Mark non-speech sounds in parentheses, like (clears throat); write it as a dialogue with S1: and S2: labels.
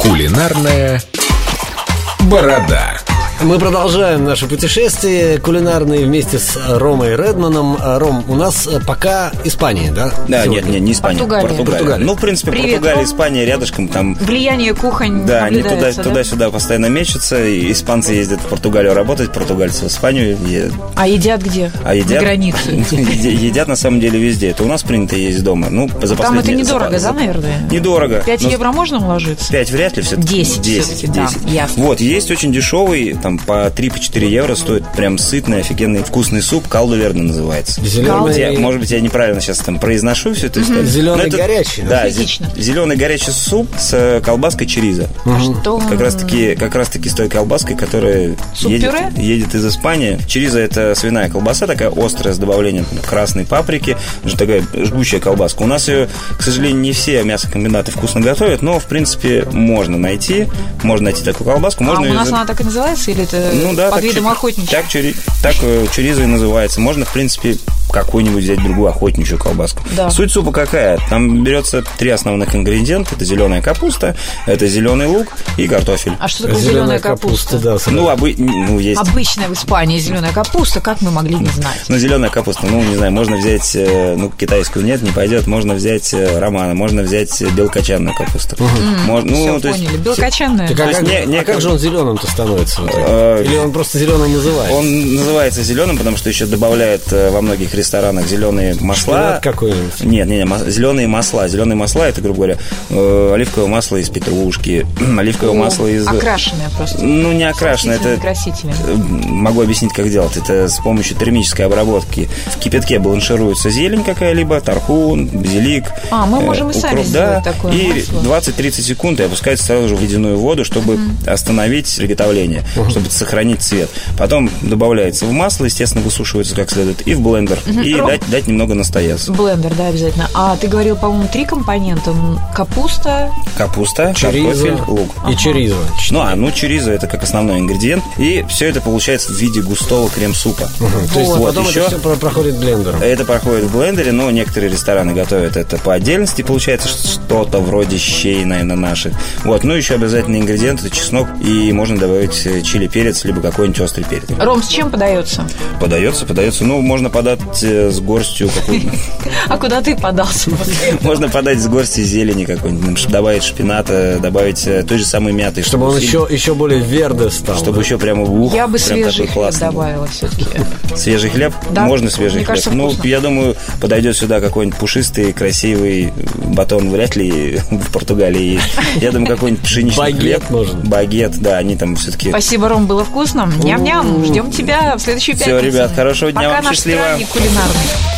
S1: Кулинарная борода.
S2: Мы продолжаем наше путешествие кулинарное вместе с Ромой Редманом. А, Ром, у нас э, пока Испания, да?
S3: Да,
S2: сегодня?
S3: нет, нет, не Испания.
S4: Португалия.
S2: Португалия.
S3: Ну, в принципе,
S4: Привет,
S3: Португалия,
S4: Ром.
S3: Испания рядышком там.
S4: Влияние кухонь
S3: Да, они туда,
S4: наблюдается, да?
S3: туда-сюда постоянно мечутся. И испанцы ездят в Португалию работать, португальцы в Испанию. и-
S4: А едят где?
S3: а едят...
S4: На
S3: (laughs)
S4: границе.
S3: Е- Едят на самом деле везде. Это у нас принято есть дома. Ну, за
S4: Там это
S3: последние-
S4: недорого,
S3: за-
S4: да, наверное?
S3: Недорого.
S4: 5
S3: Но-
S4: евро можно уложиться?
S3: 5 вряд ли все-таки.
S4: 10
S3: 10,
S4: всё-таки, да, ясно.
S3: Вот, есть очень дешевый, там по 3-4 евро стоит прям сытный, офигенный, вкусный суп, калду верно называется.
S2: Зеленый-
S3: Вот я, может быть, я неправильно сейчас там произношу все это. историю.
S2: Зелёный
S3: Но это-
S2: горячий, ну.
S3: Да,
S4: Физично.
S3: зеленый горячий суп с э, колбаской чериза.
S4: А Что?
S3: Как раз таки, как раз таки с той колбаской, которая едет,
S4: Суп-пюре?
S3: едет из Испании. Чериза это свиная колбаса, такая острая с добавлением там, красной паприки, Ж- такая жгучая колбаска. У нас ее, к сожалению, не все мясокомбинаты вкусно готовят, но в принципе можно найти, можно найти такую колбаску,
S4: А
S3: можно.
S4: у
S3: её
S4: нас
S3: за-
S4: она так и называется? Или это
S3: ну да,
S4: под
S3: так,
S4: видом
S3: чу-
S4: охотничьей?
S3: Так, чури- так э, чуриза и называется. Можно, в принципе, какую-нибудь взять другую охотничью колбаску.
S4: Да.
S3: Суть супа какая? Там берется три основных ингредиента. Это зеленая капуста, это зеленый лук и картофель.
S4: А что такое зеленая капуста?
S2: да. с-
S3: Ну, обы... ну, есть.
S4: Обычная в Испании зеленая капуста, как мы могли не знать?
S3: Ну, зеленая капуста, ну, не знаю, можно взять, э, ну, китайскую нет, не пойдет, можно взять э, романа, можно взять э, белкочанную капусту. Мож- ну,
S4: Все,
S3: то есть
S4: поняли. Белокочанная?
S2: Так а,
S3: то есть
S2: как,
S3: не- не
S2: а как
S3: как-
S2: же он зеленым-то становится? в итоге?
S3: Э,
S2: Или он просто зеленый называется?
S3: он называется зеленым, потому что еще добавляют э, во многих ресторанах зеленые масла.
S2: Шпинат какой-нибудь?
S3: Нет, нет, нет, зеленые масла. Зеленые масла это, грубо говоря, э, оливковое масло из петрушки, (clears throat) оливковое масло из.
S4: Окрашенная просто.
S3: Ну, не окрашено, это.
S4: Красителями.
S3: э, Могу объяснить, как делать. Это с помощью термической обработки. В кипятке баланшируется зелень какая-либо, тархун, базилик.
S4: А, мы
S3: э,
S4: можем и сами
S3: укроп, да.
S4: сделать такое
S3: И
S4: масло.
S3: 20-30 секунд и опускается сразу же в ледяную воду, чтобы остановить приготовление, чтобы сохранить цвет. Потом добавляется в масло, естественно, высушивается как следует, и в блендер. И
S4: Ром.
S3: дать, дать немного настояться.
S4: Блендер, да, обязательно. А ты говорил, по-моему, три компонента. М, Капуста,
S3: Капуста,
S2: Чоризо
S3: картофель, лук.
S2: и черизо.
S3: Ну, а ну чоризо это как основной ингредиент. И все это получается в виде густого крем-супа.
S2: То есть
S3: Вот
S2: потом
S3: еще
S2: это все проходит блендером.
S3: это проходит в блендере, но некоторые рестораны готовят это по отдельности. Получается что-то вроде щей, наверное, наших. Вот, ну еще обязательный ингредиент это чеснок. И можно добавить э, чили перец, либо какой-нибудь острый перец.
S4: Ром с чем подается?
S3: Подается, подается. Ну, можно подать э, с горстью
S4: (laughs)
S3: какую
S4: А куда ты подался?
S3: Можно подать с горстью зелени какой-нибудь, ну, чтоб добавить шпината, добавить э, той же самой мяты.
S2: Чтобы он
S3: усилить-
S2: еще, еще более верде стал.
S3: Чтобы еще прямо ух,
S4: Я бы
S3: прям такой
S4: свежий хлеб
S3: классный был.
S4: добавила все-таки.
S3: (laughs) Свежий хлеб?
S4: Да.
S3: Можно свежий
S4: Мне
S3: хлеб.
S4: кажется,
S3: ну,
S4: вкусно.
S3: я думаю, подойдет сюда какой-нибудь пушистый, красивый батон, вряд ли (laughs) в Португалии есть. Я думаю, какой-нибудь пшеничный
S2: Багет
S3: хлеб.
S2: может.
S3: Багет, да, они там все-таки...
S4: Спасибо, Ром, было вкусно. Ням-ням, ждем тебя в следующую
S3: Всё,
S4: пятницу.
S3: ребят, хорошего дня
S4: Пока
S3: вам,
S4: наш
S3: счастливо.
S4: странник кулинарный.